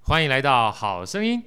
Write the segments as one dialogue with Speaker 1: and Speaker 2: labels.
Speaker 1: 欢迎来到《好声音》。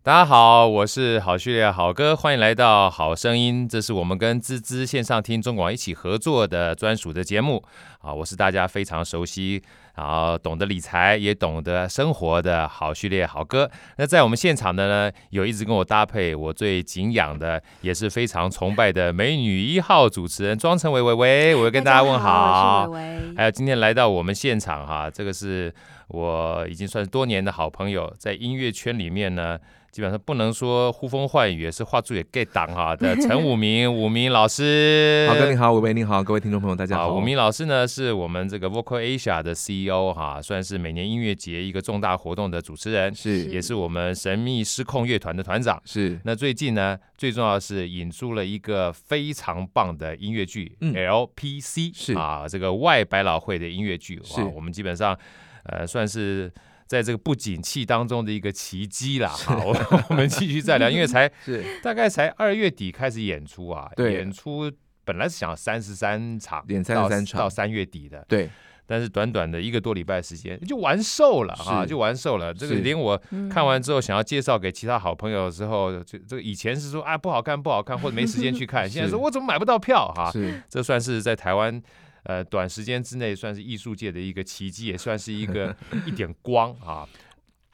Speaker 1: 大家好，我是好序列好哥，欢迎来到《好声音》，这是我们跟滋滋线上听中广一起合作的专属的节目啊！我是大家非常熟悉，然后懂得理财也懂得生活的好序列好哥。那在我们现场的呢，有一直跟我搭配我最敬仰的，也是非常崇拜的美女一号主持人庄成伟伟伟，我要跟大家问
Speaker 2: 好，
Speaker 1: 好
Speaker 2: 我。是伟
Speaker 1: 还
Speaker 3: 哎
Speaker 2: 伟。
Speaker 1: 有今天来到我们现场哈，这个是我已经算是多年的好朋友，在音乐圈里面呢，基本上不能说呼风唤雨，也是画出也 get 档哈的陈武明，武明老师。
Speaker 3: 好哥你好，伟伟你好，各位听众朋友大家
Speaker 1: 啊，
Speaker 3: 好。
Speaker 1: 武明老师呢是我们这个 Vocal Asia 的 CEO 哈，算是每年音乐节一个重大活动的主持人，
Speaker 3: 是
Speaker 1: 也是我们神秘失控乐团的团长。
Speaker 3: 是
Speaker 1: 那最近呢，最重要的是引出了一个非常棒的音乐剧、
Speaker 3: 嗯
Speaker 1: LPC，
Speaker 3: 是
Speaker 1: 啊，这个外百老汇的音乐剧，
Speaker 3: 是
Speaker 1: 哇，我们基本上呃算是。在这个不景气当中的一个奇迹啦，哈，我 我们继续再聊，因为才
Speaker 3: 是
Speaker 1: 大概才二月底开始演出啊，
Speaker 3: 对
Speaker 1: 演出本来是想三十三场，
Speaker 3: 演
Speaker 1: 到
Speaker 3: 33场
Speaker 1: 到三月底的，
Speaker 3: 对
Speaker 1: 但是短短的一个多礼拜时间就完售了啊，
Speaker 3: 是
Speaker 1: 就完售了。这个
Speaker 3: 是
Speaker 1: 连我
Speaker 2: 嗯
Speaker 1: 看完之后想要介绍给其他好朋友的时候，这这个以前是说啊不好看不好看或者没时间去看，现在说我怎么买不到票哈、
Speaker 3: 是
Speaker 1: 这算是在台湾。呃，短时间之内算是艺术界的一个奇迹，也算是一 个一点光啊。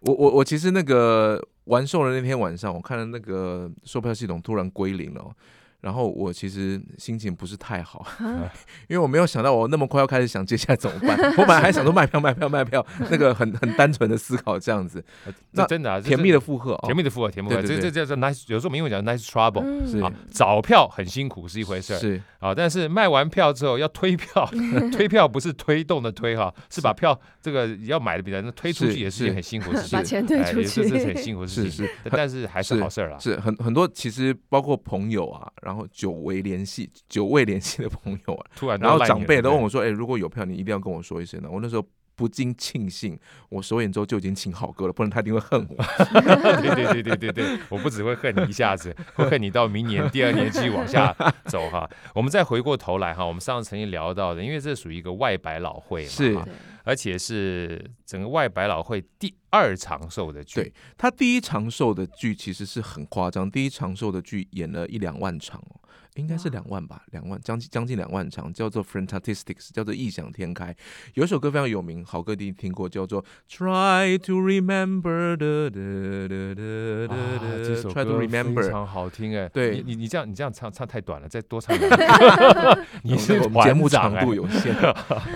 Speaker 3: 我我我其实那个完售的那天晚上，我看了那个售票系统突然归零了哦，然后我其实心情不是太好，
Speaker 1: 啊
Speaker 3: 因为我没有想到我那么快要开始想接下来怎么 办。我本来还想说卖票卖票卖票，那个很很单纯的思考这样子，
Speaker 1: 这
Speaker 3: 那
Speaker 1: 真的、啊、这
Speaker 3: 甜蜜的负荷哦，
Speaker 1: 甜蜜的负荷，甜蜜的负荷，
Speaker 3: 对
Speaker 1: 这
Speaker 3: 对
Speaker 1: 这这这 nice，有时候我们英文讲 nice trouble、
Speaker 2: 嗯
Speaker 3: 是
Speaker 1: 啊，找票很辛苦是一回事儿
Speaker 3: 是
Speaker 1: 啊，但是卖完票之后要推票， 推票不是推动的推哈，是把票这个要买的比人推出去
Speaker 3: 是
Speaker 1: 也是一件很辛 苦的事
Speaker 2: 把
Speaker 1: 情，
Speaker 2: 钱退
Speaker 1: 哎
Speaker 2: 出
Speaker 1: 也是
Speaker 2: 去，
Speaker 1: 这是很辛苦 的事
Speaker 3: 是
Speaker 1: 情，
Speaker 3: 是
Speaker 1: 但但是还是
Speaker 3: 是
Speaker 1: 好事儿啦。
Speaker 3: 是很很多，其实包括朋友啊，然后久违联系久未联系的朋友啊，
Speaker 1: 突然都
Speaker 3: 然后
Speaker 1: 赖你
Speaker 3: 长辈
Speaker 1: 了
Speaker 3: 都问
Speaker 1: 对
Speaker 3: 我说：“哎、如果有票，你一定要跟我说一声呢。”我那时候不禁庆幸，我首演之后就已经请好歌了，不然他一定会恨 我。
Speaker 1: 对对对对对对，我不只会恨你一下子，会恨你到明年第二年继续往 下走哈。我们再回过头来哈，我们上次曾经聊到的，因为这属于一个外百老汇嘛，
Speaker 3: 是
Speaker 1: 哈
Speaker 2: 对
Speaker 1: 而且是整个外百老汇第二长寿的剧，
Speaker 3: 对他第一长寿的剧其实是很夸张，第一长寿的剧演了一两万场哦，应该是
Speaker 2: 哇
Speaker 3: 两万吧，两万将近将近两万场，叫做《Fantastics》，叫做《异想天开》。有一首歌非常有名，好歌一定听过，叫做《Try to Remember》的的的的
Speaker 1: 啊
Speaker 3: 的的
Speaker 1: 这首
Speaker 3: Try to
Speaker 1: 歌非
Speaker 3: Remember》。
Speaker 1: 常好听哎。
Speaker 3: 对
Speaker 1: 你你你这样你这样唱唱太短了，再多唱 两句。你是
Speaker 3: 我们节目
Speaker 1: 团长
Speaker 3: 长
Speaker 1: 哎
Speaker 3: 度有 限。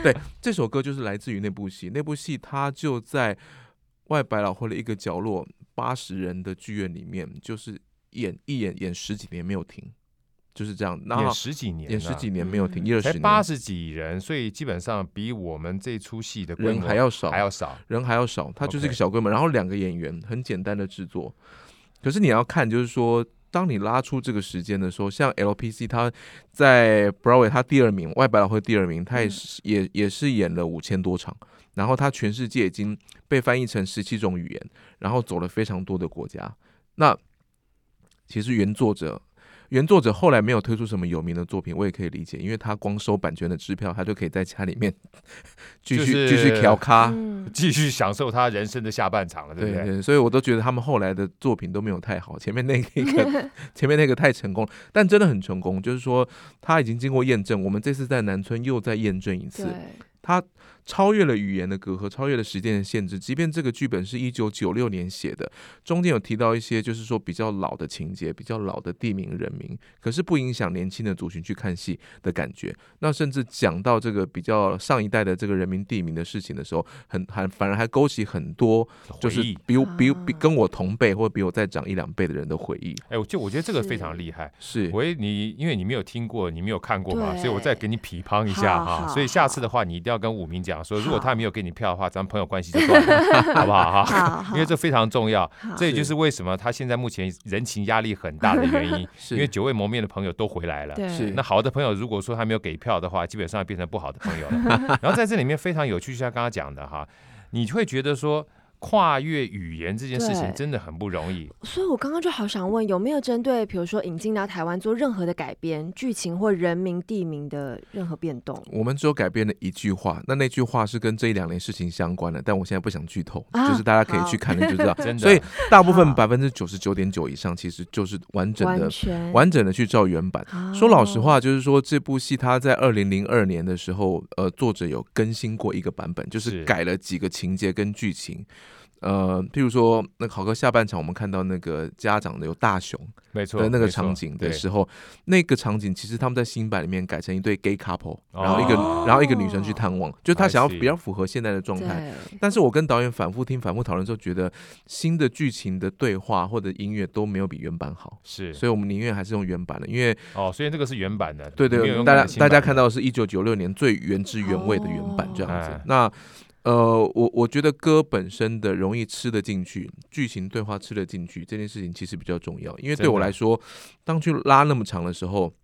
Speaker 3: 对，这首歌就是来自于那部戏，那部戏它就在外百老汇的一个角落，八十人的剧院里面，就是演一演演十几年没有停，就是这样。然
Speaker 1: 演
Speaker 3: 后
Speaker 1: 十几年，
Speaker 3: 演十几。年没有停，
Speaker 2: 嗯
Speaker 3: 一二
Speaker 1: 才
Speaker 3: 十年，
Speaker 1: 八十几人，所以基本上比我们这出戏的规
Speaker 3: 人
Speaker 1: 模
Speaker 3: 还要少，
Speaker 1: 还要少。
Speaker 3: 人还要少，它就
Speaker 1: OK
Speaker 3: 是一个小规模，然后两个演员，很简单的制作。可是你要看，就是说，当你拉出这个时间的时候，像 LPC 它在 Broadway 它第二名，外百老汇第二名，它也是、也也是演了五千多场，然后它全世界已经被翻译成十七种语言，然后走了非常多的国家。那其实原作者。原作者后来没有推出什么有名的作品，我也可以理解，因为他光收版权的支票，他就可以在家里面 继续、
Speaker 1: 就是
Speaker 3: 继续调咖，
Speaker 2: 嗯
Speaker 1: 继续享受他人生的下半场了，对
Speaker 3: 对
Speaker 1: 不对？
Speaker 3: 所以我都觉得他们后来的作品都没有太好，前 面那那个 前面那个太成功了，但真的很成功，就是说他已经经过验证，我们这次在南村又再验证一次，
Speaker 2: 对，
Speaker 3: 他超越了语言的隔阂，超越了时间的限制。即便这个剧本是一九九六年写的，中间有提到一些就是说比较老的情节、比较老的地名人名，可是不影响年轻的族群去看戏的感觉。那甚至讲到这个比较上一代的这个人民地名的事情的时候，很还反而还勾起很多就
Speaker 1: 回
Speaker 3: 是
Speaker 1: 忆，
Speaker 3: 比我比比
Speaker 2: 啊
Speaker 3: 跟我同辈或比我再长一两辈的人的回忆。
Speaker 1: 哎，我就我觉得这个非常
Speaker 2: 是
Speaker 1: 厉害。
Speaker 3: 是
Speaker 1: 喂，你因为你没有听过，你没有看过嘛，
Speaker 2: 对
Speaker 1: 所以我再给你匹乓一下
Speaker 2: 好
Speaker 1: 哈。
Speaker 2: 好
Speaker 1: 所以下次的话，你一定要跟武明讲说，如果
Speaker 2: 好
Speaker 1: 他没有给你票的话，咱们朋友关系就断 了，好不好哈？
Speaker 2: 好，好
Speaker 1: 因为这非常重要，
Speaker 2: 好
Speaker 1: 这也就是为什么他现在目前人情压力很大的原 因，
Speaker 3: 是
Speaker 1: 因为久未谋面的朋友都回来了。
Speaker 2: 对
Speaker 3: 是
Speaker 1: 那好的朋友，如果说他没有给票的话，基本上 变成不好的朋友了。然后在这里面非常有趣，就像刚刚讲的哈，你会觉得说跨越语言这件事情
Speaker 2: 对
Speaker 1: 真的很不容 易。
Speaker 2: 所以我刚刚就好想问，有没有针对比如说引进到台湾做任何的改编，剧情或人名、地名的任何变动
Speaker 3: 我们只有改变了一句话，那那句话是跟这一两年事情相关的，但我现在不想剧透，
Speaker 2: 啊
Speaker 3: 就是大家可以去
Speaker 2: 好
Speaker 3: 看了就 知
Speaker 1: 。
Speaker 3: 道
Speaker 1: 真的，
Speaker 3: 所以大部分
Speaker 2: 好
Speaker 3: 百分之九十九点九以上其实就是完整的
Speaker 2: 完、全
Speaker 3: 完整的去照原版。
Speaker 2: 啊
Speaker 3: 说老实话，就是说这部戏它在二零零二年的时候，呃，作者有更新过一个版本，就是
Speaker 1: 是
Speaker 3: 改了几个情节跟剧情。呃，譬如说，那个好哥下半场我们看到那个家长有大熊
Speaker 1: 没错
Speaker 3: 的那个
Speaker 1: 没错
Speaker 3: 场景的
Speaker 1: 对
Speaker 3: 时候，那个场景其实他们在新版里面改成一对 gay couple，
Speaker 1: 哦
Speaker 3: 然后一个、然后一个女生去探望，就他想要
Speaker 1: I see
Speaker 3: 比较符合现在的状态。
Speaker 2: 对，
Speaker 3: 但是我跟导演反复听、反复讨论之后，觉得新的剧情的对话或者音乐都没有比原版好，
Speaker 1: 是
Speaker 3: 所以我们宁愿还是用原版的，因为
Speaker 1: 哦，所以这个是原版的，
Speaker 3: 对
Speaker 1: 没有
Speaker 3: 对，
Speaker 1: 用
Speaker 3: 大
Speaker 1: 改
Speaker 3: 家
Speaker 1: 新
Speaker 3: 大
Speaker 1: 版
Speaker 3: 家
Speaker 1: 的
Speaker 3: 看到的是一九九六年最原汁原味的原版这样子。
Speaker 1: 哦
Speaker 3: 那呃，我我觉得歌本身的容易吃得进去，剧情对话吃得进去这件事情其实比较重要，因为对
Speaker 1: 真
Speaker 3: 我
Speaker 1: 的
Speaker 3: 来说，当去拉那么长的时候。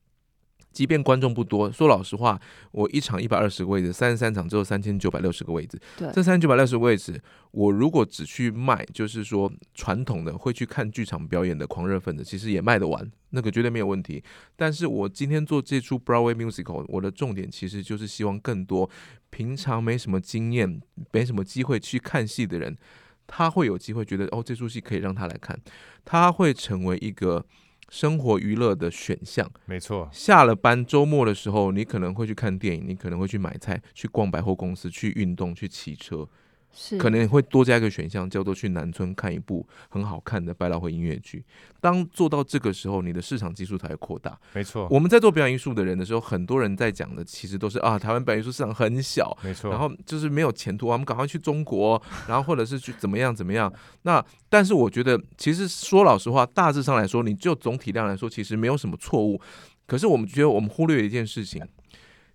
Speaker 3: 即便观众不多，说老实话，我一场一百二十个位置，三十三场只有三千九百六十个位置。
Speaker 2: 对
Speaker 3: 这三千九百六十个位置，我如果只去卖，就是说传统的会去看剧场表演的狂热分子，其实也卖得完，那个绝对没有问题。但是我今天做这出 Broadway musical，我的重点其实就是希望更多平常没什么经验、没什么机会去看戏的人，他会有机会觉得哦，这出戏可以让他来看，他会成为一个生活娱乐的选项。
Speaker 1: 没错，
Speaker 3: 下了班周末的时候，你可能会去看电影，你可能会去买菜、去逛百货公司、去运动、去骑车，
Speaker 2: 是
Speaker 3: 可能会多加一个选项，叫做去南村看一部很好看的百老汇音乐剧。当做到这个时候，你的市场基数才会扩大。
Speaker 1: 没错，
Speaker 3: 我们在做表演艺术的人的时候，很多人在讲的其实都是啊，台湾表演艺术市场很小，
Speaker 1: 没错。
Speaker 3: 然后就是没有前途啊，我们赶快去中国， 然后或者是去怎么样怎么样。那但是我觉得，其实说老实话，大致上来说，你就总体量来说，其实没有什么错误。可是我们觉得我们忽略了一件事情，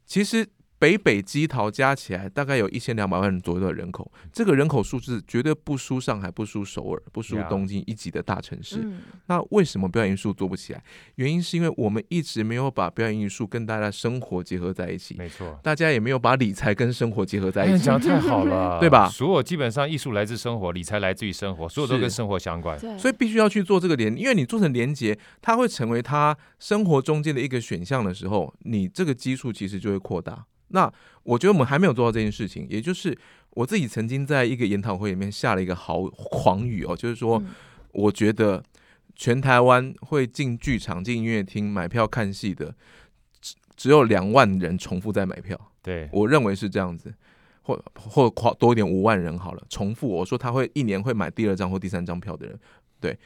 Speaker 3: 其实北北基桃加起来大概有一千两百万人左右的人口，这个人口数字绝对不输上海、不输首尔、不输
Speaker 1: Yeah
Speaker 3: 东京一级的大城市。
Speaker 2: 嗯
Speaker 3: 那为什么表演艺术做不起来？原因是因为我们一直没有把表演艺术跟大家生活结合在一起，
Speaker 1: 没错，
Speaker 3: 大家也没有把理财跟生活结合在
Speaker 1: 哎，
Speaker 3: 一
Speaker 1: 你
Speaker 3: 起。
Speaker 1: 讲得太好了，
Speaker 3: 对吧
Speaker 1: 所有基本上艺术来自生活，理财来自于生活，所有都
Speaker 3: 是
Speaker 1: 跟生活相关。
Speaker 2: 对，
Speaker 3: 所以必须要去做这个连，因为你做成连接，它会成为他生活中间的一个选项的时候，你这个基数其实就会扩大。那我觉得我们还没有做到这件事情，也就是我自己曾经在一个研讨会里面下了一个豪狂语哦，就是说，
Speaker 2: 嗯
Speaker 3: 我觉得全台湾会进剧场、进音乐厅买票看戏的，只只有两万人重复在买票。
Speaker 1: 对，
Speaker 3: 我认为是这样子，或或夸多一点五万人好了。重复我说他会一年会买第二张或第三张票的人，对。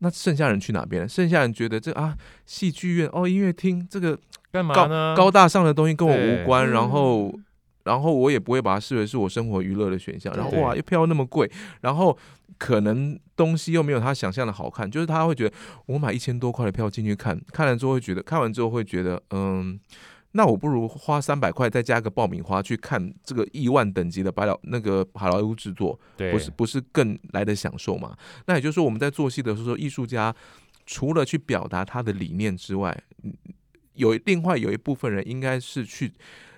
Speaker 3: 那剩下人去哪边了？剩下人觉得这啊，戏剧院哦，音乐厅这个
Speaker 1: 干嘛
Speaker 3: 高
Speaker 1: 呢？
Speaker 3: 高大上的东西跟我无
Speaker 1: 啊对
Speaker 3: 关，然后
Speaker 2: 嗯
Speaker 3: 然后我也不会把它视为是我生活娱乐的选项。然后
Speaker 1: 对
Speaker 3: 哇，一票那么贵，然后可能东西又没有他想象的好看，就是他会觉得我买一千多块的票进去看，看了之后会觉得，看完之后会觉得，嗯，那我不如花三百块再加个爆米花去看这个亿万等级的百老那个好莱坞制作，
Speaker 1: 对，
Speaker 3: 不是不是更来的享受嘛？那也就是说，我们在做戏的时候，艺术家除了去表达他的理念之外，嗯有另外有一部分人应该是去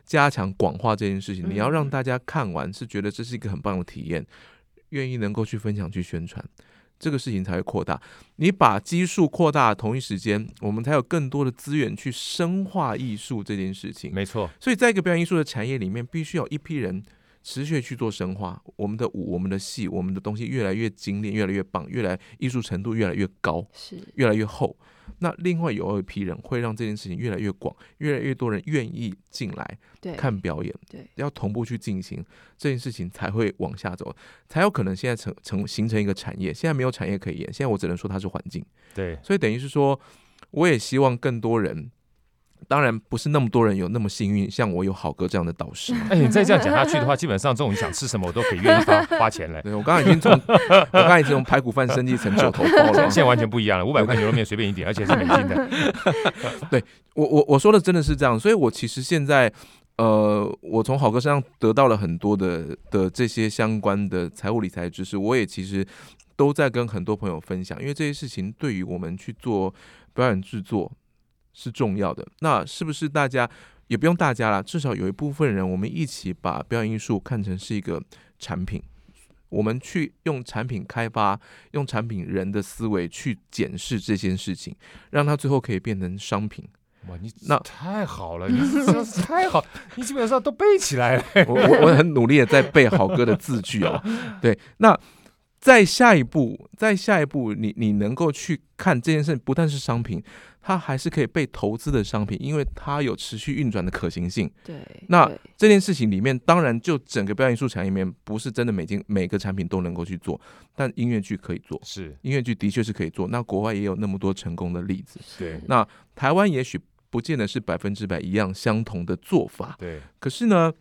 Speaker 3: 加强广化这件事情。
Speaker 2: 嗯
Speaker 3: 你要让大家看完是觉得这是一个很棒的体验，愿意能够去分享、去宣传。这个事情才会扩大。你把基数扩大，同一时间，我们才有更多的资源去深化艺术这件事情。
Speaker 1: 没错，
Speaker 3: 所以，在一个表演艺术的产业里面，必须有一批人持续地去做深化。我们的舞、我们的戏、我们的东西越来越精炼，越来越棒，越来艺术程度越来越高，
Speaker 2: 是
Speaker 3: 越来越厚。那另外有一批人会让这件事情越来越广，越来越多人愿意进来
Speaker 2: 对
Speaker 3: 看表演，
Speaker 2: 对
Speaker 3: 要同步去进行这件事情才会往下走，才有可能现在成成形成一个产业。现在没有产业可以演，现在我只能说它是环境。
Speaker 1: 对，
Speaker 3: 所以等于是说，我也希望更多人，当然不是那么多人有那么幸运，像我有好哥这样的导师。
Speaker 1: 哎，你再这样讲下去的 话，基本上这种你想吃什么，我都可以愿意花花钱嘞。
Speaker 3: 对我刚刚已经从我刚刚已经从排骨饭升级成九头包了
Speaker 1: 现。在完全不一样了，五百块牛肉面随便一点，而且是美金的。
Speaker 3: 我我我说的真的是这样，所以我其实现在。呃，我从好哥身上得到了很多的的这些相关的财务理财知识，我也其实都在跟很多朋友分享，因为这些事情对于我们去做表演制作是重要的。那是不是大家也不用大家啦，至少有一部分人，我们一起把表演艺术看成是一个产品，我们去用产品开发、用产品人的思维去检视这件事情，让它最后可以变成商品。
Speaker 1: 哇，你
Speaker 3: 那
Speaker 1: 太好 了，你这是太好，你基本上都背起来了。
Speaker 3: 我我 我很努力的在背豪哥的字句哦。对，那在下一步，在下一步你，你能够去看这件事，不但是商品，它还是可以被投资的商品，因为它有持续运转的可行性。
Speaker 2: 对，
Speaker 3: 那
Speaker 2: 对
Speaker 3: 这件事情里面，当然就整个表演艺术产业里面，不是真的每件每个产品都能够去做，但音乐剧可以做，
Speaker 1: 是
Speaker 3: 音乐剧的确是可以做。那国外也有那么多成功的例子，
Speaker 1: 对
Speaker 3: 那台湾也许不见得是百分之百一样相同的做法，
Speaker 1: 对，
Speaker 3: 可是呢，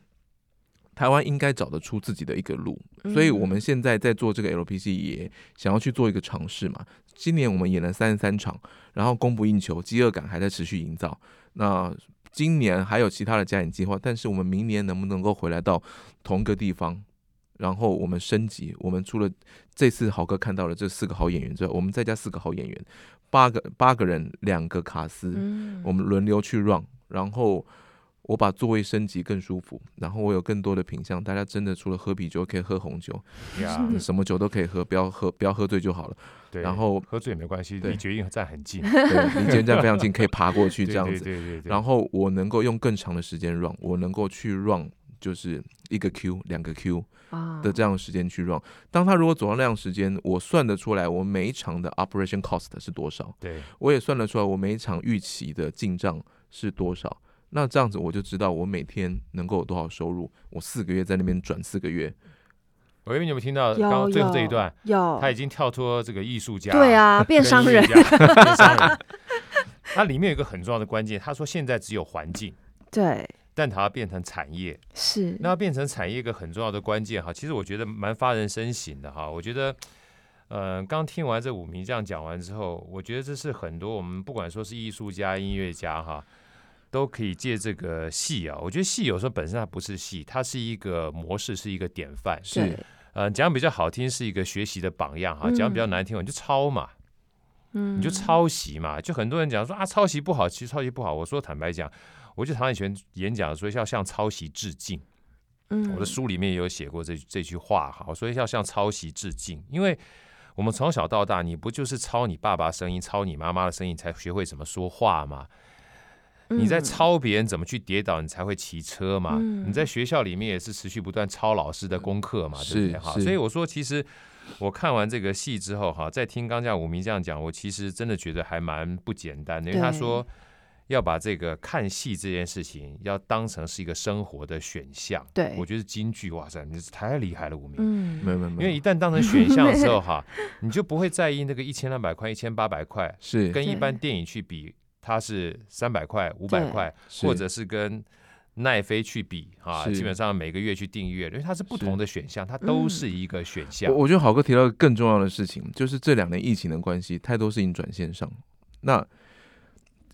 Speaker 3: 台湾应该找得出自己的一个路，
Speaker 2: 嗯
Speaker 3: 所以我们现在在做这个 LPC，也想要去做一个尝试嘛。今年我们演了三十三场，然后供不应求，饥饿感还在持续营造。那今年还有其他的加演计划，但是我们明年能不能够回来到同一个地方？然后我们升级，我们除了这次豪哥看到了这四个好演员之外，我们再加四个好演员，八个八个人，两个卡司，
Speaker 2: 嗯
Speaker 3: 我们轮流去 run，然后我把座位升级更舒服，然后我有更多的品相，大家真的除了喝啤酒可以喝红酒，
Speaker 1: 呀，
Speaker 3: 什么酒都可以喝，不要喝不要喝醉就好了。
Speaker 1: 嗯对。
Speaker 3: 然后
Speaker 1: 喝醉也没关系，
Speaker 3: 对
Speaker 1: 离绝印站很 近，
Speaker 3: 对，离捷运站非常近，可以爬过去
Speaker 1: 对
Speaker 3: 这样
Speaker 1: 对
Speaker 3: 子。
Speaker 1: 对对对。
Speaker 3: 然后我能够用更长的时间 run，我能够去 run 就是一个 Q 两个 Q
Speaker 2: 啊
Speaker 3: 的这样的时间去 run。当他如果走到那样时间，我算得出来我每一场的 operation cost 是多少。
Speaker 1: 对，
Speaker 3: 我也算得出来，我每一场预期的进账是多少。那这样子我就知道我每天能够有多少收入。我四个月在那边转四个月，
Speaker 1: 我以为你有没有听到
Speaker 2: 有
Speaker 1: 刚刚最后这一段？
Speaker 2: 有
Speaker 1: 他已经跳脱这个艺术家，
Speaker 2: 对，啊，变商人，
Speaker 1: 变商人。它里面有一个很重要的关键，他说现在只有环境，
Speaker 2: 对
Speaker 1: 但它要变成产业，
Speaker 2: 是
Speaker 1: 那要变成产业一个很重要的关键哈。其实我觉得蛮发人深省的哈。我觉得，呃，刚听完这五名这样讲完之后，我觉得这是很多我们不管说是艺术家、音乐家哈，都可以借这个戏啊。我觉得戏有时候本身它不是戏，它是一个模式，是一个典范。
Speaker 3: 是
Speaker 2: 对
Speaker 1: 呃，讲比较好听是一个学习的榜样哈，
Speaker 2: 嗯
Speaker 1: 讲比较难听，你就抄嘛，
Speaker 2: 嗯
Speaker 1: 你就抄袭嘛。就很多人讲说啊，抄袭不好，其实抄袭不好。我说坦白讲，我就常以前演讲说要向抄袭致敬，
Speaker 2: 嗯
Speaker 1: 我的书里面也有写过这这句话哈，我说要向抄袭致敬，因为我们从小到大，你不就是抄你爸爸声音、抄你妈妈的声音才学会怎么说话吗？你在
Speaker 2: 嗯
Speaker 1: 抄别人怎么去跌倒，你才会骑车嘛。
Speaker 2: 嗯
Speaker 1: 你在学校里面也是持续不断抄老师的功课嘛，对不对？
Speaker 3: 是
Speaker 1: 哈，
Speaker 3: 是
Speaker 1: 所以我说，其实我看完这个戏之后，哈，在听刚刚武明这样讲，我其实真的觉得还蛮不简单的，因为他
Speaker 2: 对
Speaker 1: 说要把这个看戏这件事情要当成是一个生活的选项。
Speaker 2: 对
Speaker 1: 我觉得京剧，哇塞，你是太厉害了，武明。
Speaker 2: 嗯
Speaker 3: 没有没有
Speaker 1: 因
Speaker 3: 没有，
Speaker 1: 为一旦当成选项之后，哈，你就不会在意那个一千两百块、一千八百块，
Speaker 3: 是
Speaker 1: 跟一
Speaker 2: 对
Speaker 1: 般电影去比，它是三百块、五百
Speaker 2: 对
Speaker 1: 块，
Speaker 3: 是
Speaker 1: 或者是跟奈飞去比啊，
Speaker 3: 是
Speaker 1: 基本上每个月去订阅，因为它是不同的选项，它都是一个选项
Speaker 3: 我。我觉得好哥提到一个更重要的事情，就是这两年疫情的关系，太多事情转线上。那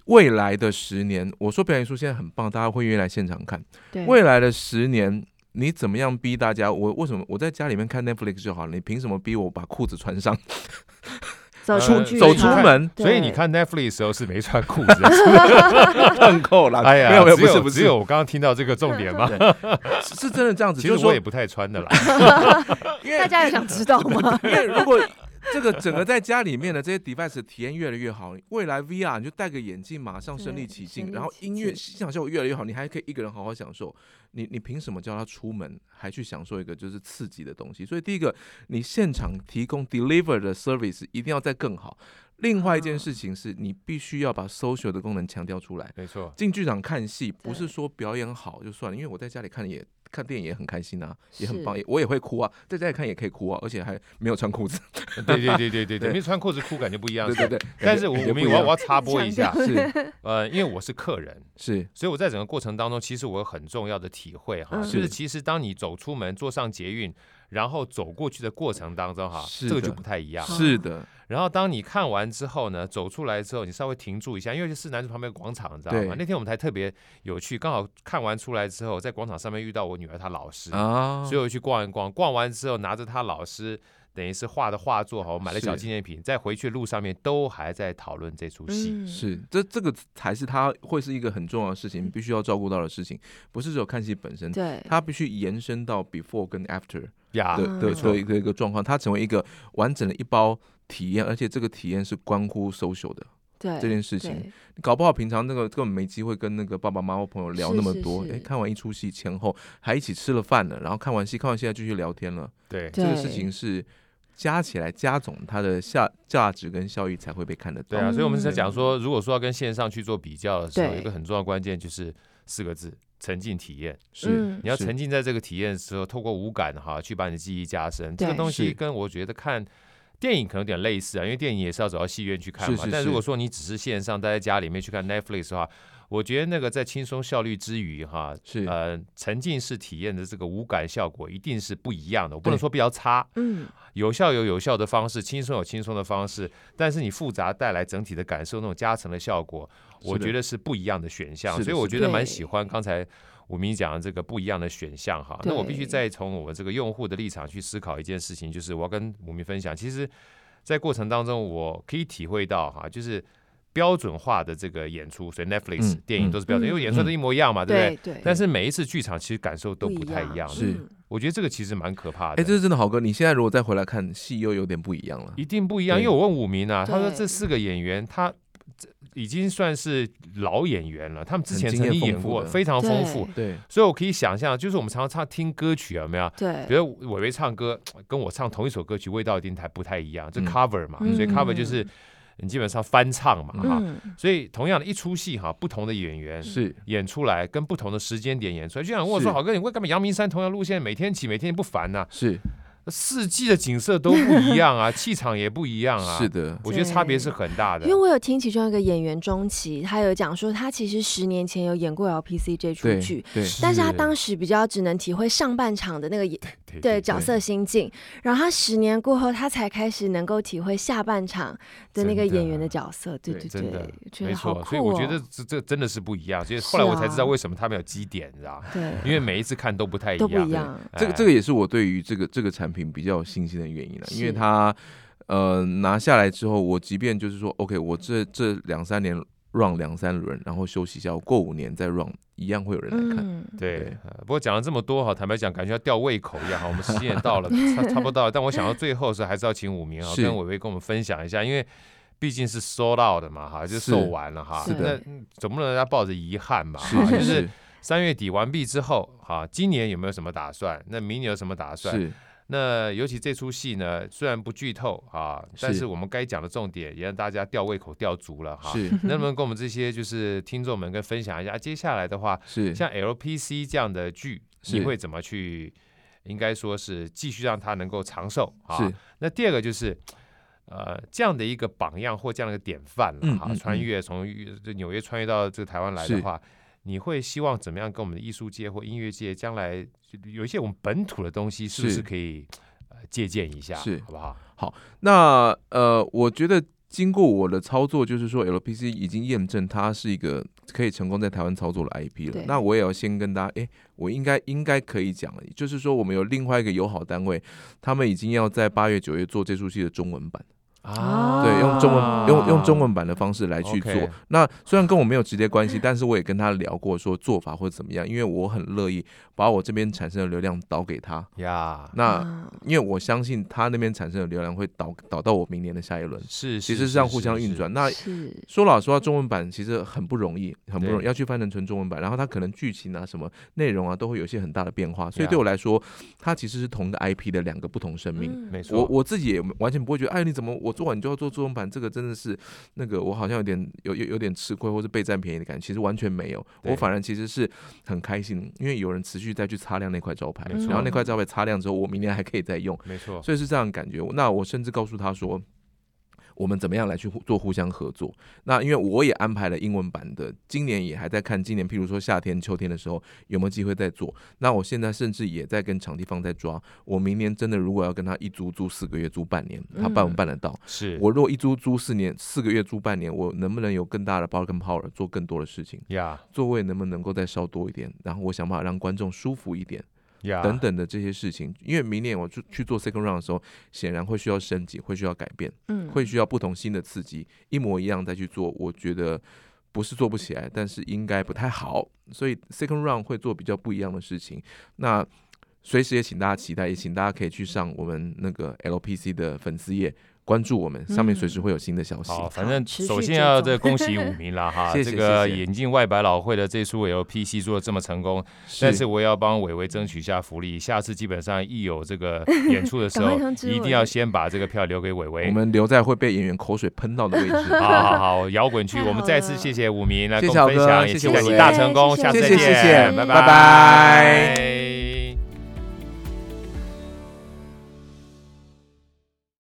Speaker 3: 未来的十年，我说表演艺术现在很棒，大家会愿意来现场看。
Speaker 2: 对
Speaker 3: 未来的十年，你怎么样逼大家？我为什么我在家里面看 Netflix 就好了？你凭什么逼我把裤子穿上，
Speaker 2: 走
Speaker 1: 出
Speaker 2: 去
Speaker 3: 走出
Speaker 2: 他
Speaker 3: 门？
Speaker 1: 所以
Speaker 2: 对
Speaker 1: 你看 Netflix 的时候是没穿裤子的，是 不是
Speaker 3: 断扣啦！
Speaker 1: 哎呀，
Speaker 3: 没有没有，
Speaker 1: 只
Speaker 3: 不是不
Speaker 1: 只
Speaker 3: 是，
Speaker 1: 有我刚刚听到这个重点吗？
Speaker 3: 是是真的这样子。
Speaker 1: 其
Speaker 3: 就
Speaker 1: 实
Speaker 3: 是说
Speaker 1: 我也， 不太穿的啦。
Speaker 3: 因为
Speaker 2: 大家也想知道吗？
Speaker 3: 因为如果这个整个在家里面的这些 device 的体验越来越好，未来 VR 你就戴个眼镜，马上身临
Speaker 2: 对
Speaker 3: 其
Speaker 2: 身
Speaker 3: 境，
Speaker 2: 临
Speaker 3: 然后
Speaker 2: 其
Speaker 3: 音乐
Speaker 2: 境
Speaker 3: 欣赏效果越来越好，你还可以一个人好好享受。你你凭什么叫他出门还去享受一个就是刺激的东西？所以第一个，你现场提供 deliver 的 service 一定要再更好。另外一件
Speaker 2: 啊
Speaker 3: 事情是你必须要把 social 的功能强调出来。
Speaker 1: 没错，
Speaker 3: 进剧场看戏不是
Speaker 2: 对
Speaker 3: 说表演好就算了，因为我在家里看也看电影也很开心啊，也很
Speaker 2: 是
Speaker 3: 棒，也我也会哭啊，在家里看也可以哭啊，而且还没有穿裤子。
Speaker 1: 对对对对对
Speaker 3: 对
Speaker 1: 对，没穿裤子哭感觉不一样
Speaker 3: 对。对对，
Speaker 1: 但是
Speaker 3: 感
Speaker 1: 我
Speaker 3: 觉
Speaker 1: 我
Speaker 3: 感觉不
Speaker 1: 们
Speaker 3: 一
Speaker 1: 我要
Speaker 3: 样
Speaker 1: 我要插播一下，
Speaker 3: 是
Speaker 1: 呃，因为我是客人，
Speaker 3: 是
Speaker 1: 所以我在整个过程当中，其实我有很重要的体会哈，
Speaker 2: 嗯
Speaker 1: 就是是其实当你走出门坐上捷运，然后走过去的过程当中哈，
Speaker 3: 是
Speaker 1: 这个
Speaker 3: 的
Speaker 1: 就不太一样。
Speaker 3: 是的，
Speaker 1: 然后当你看完之后呢，走出来之后，你稍微停住一下，因为是南路旁边有广场，你知道吗
Speaker 3: 对？
Speaker 1: 那天我们才特别有趣，刚好看完出来之后，在广场上面遇到我女儿她老师，
Speaker 3: 啊，
Speaker 1: 所以我去逛一逛，逛完之后拿着她老师。等于是画的画作哈，我买了小
Speaker 3: 是
Speaker 1: 纪念品，在回去路上面都还在讨论这出戏。
Speaker 2: 嗯
Speaker 3: 是这这个才是他会是一个很重要的事情，必须要照顾到的事情，不是只有看戏本身，
Speaker 2: 对
Speaker 3: 它必须延伸到 before 跟 after。
Speaker 1: 呀
Speaker 3: 的的
Speaker 2: 嗯
Speaker 3: 的一个一个状况，它成为一个完整的一包体验，而且这个体验是关乎 social 的
Speaker 2: 对
Speaker 3: 这件事情。
Speaker 2: 对
Speaker 3: 搞不好平常那个根本没机会跟那个爸爸妈妈、朋友聊
Speaker 2: 是
Speaker 3: 那么
Speaker 2: 是
Speaker 3: 多。
Speaker 2: 是
Speaker 3: 诶，看完一出戏前后还一起吃了饭呢，然后看完戏看完戏还继续聊天了，
Speaker 1: 对
Speaker 2: 对
Speaker 3: 这个事情是加起来加总它的价价值跟效益才会被看得
Speaker 1: 对
Speaker 3: 到。
Speaker 1: 啊，所以我们是在
Speaker 3: 嗯
Speaker 1: 讲说，如果说要跟线上去做比较的时候，
Speaker 2: 对
Speaker 1: 有一个很重要的关键就是四个字：沉浸体验。
Speaker 3: 是
Speaker 2: 嗯
Speaker 1: 你要
Speaker 3: 是
Speaker 1: 沉浸在这个体验的时候，透过五感哈去把你的记忆加深。这个
Speaker 2: 对
Speaker 1: 东西
Speaker 3: 是
Speaker 1: 跟我觉得看电影可能有点类似啊，因为电影也是要走到戏院去看
Speaker 3: 是
Speaker 1: 嘛。
Speaker 3: 是
Speaker 1: 但
Speaker 3: 是
Speaker 1: 如果说你只是线上待在家里面去看 Netflix 的话，我觉得那个在轻松效率之余哈，
Speaker 3: 是
Speaker 1: 呃，沉浸式体验的这个五感效果一定是不一样的。我不能
Speaker 3: 对
Speaker 1: 说比较差，
Speaker 2: 嗯，
Speaker 1: 有效有有效的方式，轻松有轻松的方式，但是你复杂带来整体的感受那种加成的效果，
Speaker 3: 是的
Speaker 1: 我觉得是不一样的选项，
Speaker 3: 是的
Speaker 1: 所以我
Speaker 3: 是
Speaker 1: 觉
Speaker 2: 的
Speaker 1: 得蛮喜欢刚才。吴明讲的这个不一样的选项哈，
Speaker 2: 对
Speaker 1: 那我必须再从我这个用户的立场去思考一件事情，就是我要跟吴明分享，其实，在过程当中我可以体会到哈，就是标准化的这个演出，所以 Netflix、
Speaker 3: 嗯
Speaker 1: 电影
Speaker 3: 嗯
Speaker 1: 都是标准，
Speaker 2: 嗯
Speaker 1: 因为演出都一模一样嘛，对不对？
Speaker 2: 对对，
Speaker 1: 但是每一次剧场其实感受都不太一样，
Speaker 3: 是
Speaker 2: 嗯
Speaker 1: 我觉得这个其实蛮可怕的。
Speaker 3: 哎、这是真的好哥，你现在如果再回来看戏，又有点不一样了。
Speaker 1: 一定不一样，
Speaker 3: 对
Speaker 1: 因为我问武明啊，他说
Speaker 2: 对
Speaker 1: 这四个演员，他这已经算是老演员了，他们之前
Speaker 3: 很
Speaker 1: 曾
Speaker 3: 经验
Speaker 1: 经演
Speaker 3: 丰富
Speaker 1: 过，
Speaker 3: 的
Speaker 1: 非常丰富，
Speaker 3: 对，
Speaker 1: 所以我可以想象，就是我们常常唱听歌曲有没有？
Speaker 2: 对，
Speaker 1: 比如伟伟唱歌，跟我唱同一首歌曲，味道一定还不太一样，这
Speaker 3: 嗯
Speaker 1: cover 嘛，
Speaker 2: 嗯
Speaker 1: 所以 cover 就是你基本上翻唱嘛，哈、
Speaker 2: 嗯，
Speaker 1: 所以同样的一出戏哈，不同的演员
Speaker 3: 是
Speaker 1: 演出来，跟不同的时间点演出来，就像我
Speaker 3: 是
Speaker 1: 说，好哥，你为干嘛阳明山同样路线每天起每天不烦呐、
Speaker 3: 是
Speaker 1: 四季的景色都不一样 啊，气场也不一样啊，
Speaker 3: 是的，
Speaker 1: 我觉得差别是很大的
Speaker 2: 因为。我有听其中一个演员钟琦，他有讲说，他其实十年前有演过 LPC 这出
Speaker 3: 对
Speaker 2: 剧，
Speaker 3: 对
Speaker 2: 但是他当时比较只能体会上半场的那个演
Speaker 1: 对
Speaker 2: 对角色心境，然后他十年过后，他才开始能够体会下半场的那个
Speaker 1: 真的啊
Speaker 2: 演员的角色。对
Speaker 3: 对
Speaker 2: 对
Speaker 1: 真的
Speaker 2: 对，觉
Speaker 1: 没
Speaker 2: 得
Speaker 1: 错，
Speaker 2: 好酷哦。
Speaker 1: 所以我觉得这这真的是不一样。所以后来
Speaker 2: 是
Speaker 1: 我
Speaker 2: 啊
Speaker 1: 才知道为什么他们有基点，你知道吗？
Speaker 2: 对
Speaker 1: 因为每一次看都不太一
Speaker 2: 都不
Speaker 1: 样
Speaker 2: 一。样，
Speaker 1: 哎
Speaker 3: 这个这个也是我对于这个这个产品比较有信心的原因了，因为
Speaker 2: 是
Speaker 3: 它呃拿下来之后，我即便就是说，OK，我这这两三年 run 两三轮，然后休息一下，我过五年再 run，一样会有人来看。
Speaker 2: 嗯，
Speaker 1: 对
Speaker 3: 对，
Speaker 1: 呃不过讲了这么多哈，坦白讲，感觉要吊胃口一样哈。我们时间也到了， 差差不多到了，但我想到最后的时候，还是要请武明哈
Speaker 3: 是
Speaker 1: 跟伟伟跟我们分享一下，因为毕竟是 sold out 的嘛哈，就是售完了哈。
Speaker 2: 是的
Speaker 1: 那嗯总不能让大家抱着遗憾嘛哈，
Speaker 3: 是
Speaker 1: 嗯就是是
Speaker 3: 是
Speaker 1: 三月底完毕之后哈，今年有没有什么打算？那明年有什么打算？
Speaker 3: 是
Speaker 1: 那尤其这出戏呢，虽然不剧透啊，
Speaker 3: 是
Speaker 1: 但是我们该讲的重点也让大家吊胃口吊足了哈。
Speaker 3: 是
Speaker 1: 能
Speaker 2: 嗯
Speaker 1: 不能跟我们这些就是听众们跟分享一下，啊接下来的话，
Speaker 3: 是
Speaker 1: 像 LPC 这样的剧，
Speaker 3: 是
Speaker 1: 你会怎么去？应该说是继续让它能够长寿啊。
Speaker 3: 是
Speaker 1: 那第二个就是，呃，这样的一个榜样或这样的一个典范了
Speaker 3: 嗯
Speaker 1: 哈，
Speaker 3: 嗯
Speaker 1: 穿
Speaker 3: 嗯
Speaker 1: 越从这纽约穿越到这个台湾来的
Speaker 3: 是
Speaker 1: 话，你会希望怎么样跟我们的艺术界或音乐界将来就有一些我们本土的东西，是不是
Speaker 3: 是
Speaker 1: 可以呃借鉴一下，
Speaker 3: 是
Speaker 1: 好不好？
Speaker 3: 那呃，我觉得经过我的操作，就是说 LPC 已经验证它是一个可以成功在台湾操作的 IP 了
Speaker 2: 对。
Speaker 3: 那我也要先跟大家，诶，我应该应该可以讲了，就是说我们有另外一个友好单位，他们已经要在八月九月做这出戏的中文版，
Speaker 2: 啊
Speaker 3: 对，用中
Speaker 2: 啊
Speaker 3: 文用用中文版的方式来去做
Speaker 1: OK。
Speaker 3: 那虽然跟我没有直接关系，但是我也跟他聊过说做法或者怎么样，因为我很乐意把我这边产生的流量导给他。
Speaker 1: 呀，
Speaker 3: 那
Speaker 2: 啊
Speaker 3: 因为我相信他那边产生的流量会导导到我明年的下一轮。
Speaker 1: 是
Speaker 3: 其实是这样互相运。
Speaker 1: 是
Speaker 3: 转。那
Speaker 2: 是
Speaker 3: 说老实话，中文版其实很不容易，很不容易
Speaker 1: 对
Speaker 3: 要去翻成纯中文版，然后它可能剧情啊、什么内容啊，都会有一些很大的变化。所以
Speaker 1: Yeah
Speaker 3: 对我来说，它其实是同一个 IP 的两个不同生命。
Speaker 2: 嗯
Speaker 1: 是啊没错，
Speaker 3: 我我自己也完全不会觉得，哎，你怎么我做完你就要做中文版？这个真的是那个我好像有点有有有点吃亏，或是被占便宜的感觉。其实完全没有，
Speaker 1: 对
Speaker 3: 我反而其实是很开心，因为有人持续再去擦亮那块招牌，
Speaker 1: 没错
Speaker 3: 然后那块招牌擦亮之后，我明年还可以再用。
Speaker 1: 没错，
Speaker 3: 所以是这样的感觉。那我甚至告诉他说，我们怎么样来去互做互相合作。那因为我也安排了英文版的，今年也还在看，今年譬如说夏天、秋天的时候有没有机会再做。那我现在甚至也在跟场地方在抓，我明年真的如果要跟他一租租四个月、租半年，他办不办得到？
Speaker 1: 是
Speaker 3: 我如果一租租四年、四个月、租半年，我能不能有更大的 bargain power，做更多的事情？
Speaker 1: 呀
Speaker 3: 座位能不能够再稍多一点？然后我想办法让观众舒服一点。
Speaker 1: 呀
Speaker 3: 等等的这些事情，因为明年我去去做 second round 的时候，显然会需要升级，会需要改变，
Speaker 2: 嗯
Speaker 3: 会需要不同新的刺激，一模一样再去做，我觉得不是做不起来，但是应该不太好，所以 second round 会做比较不一样的事情。那随时也请大家期待，也请大家可以去上我们那个 LPC 的粉丝页关注我们，上面随时会有新的消息。
Speaker 1: 好，反正
Speaker 2: 持续
Speaker 1: 首先
Speaker 2: 追
Speaker 1: 要
Speaker 2: 踪
Speaker 1: 这个恭 喜五名啦哈，
Speaker 3: 谢谢
Speaker 1: 这个
Speaker 3: 谢谢
Speaker 1: 引进外百老汇的这出 LPC 做的这么成功，但是我也要帮伟伟争取一下福利，下次基本上一有这个演出的时
Speaker 2: 赶
Speaker 1: 候
Speaker 2: 快通，知
Speaker 1: 一
Speaker 2: 我
Speaker 1: 定要先把这个票留给伟
Speaker 3: 我
Speaker 1: 伟。
Speaker 3: 们留在会被演员口水喷到的位置。
Speaker 1: 好好好，摇滚区，
Speaker 2: 太好
Speaker 1: 我们再次谢谢武明来
Speaker 3: 谢
Speaker 1: 跟
Speaker 3: 谢
Speaker 1: 我们分
Speaker 3: 小哥
Speaker 1: 享，也
Speaker 3: 谢谢
Speaker 1: 期待
Speaker 3: 伟
Speaker 1: 你
Speaker 3: 伟
Speaker 1: 大成功，
Speaker 2: 谢谢
Speaker 1: 下次再
Speaker 3: 谢谢谢
Speaker 1: 见，
Speaker 3: 谢
Speaker 1: 拜
Speaker 3: 拜拜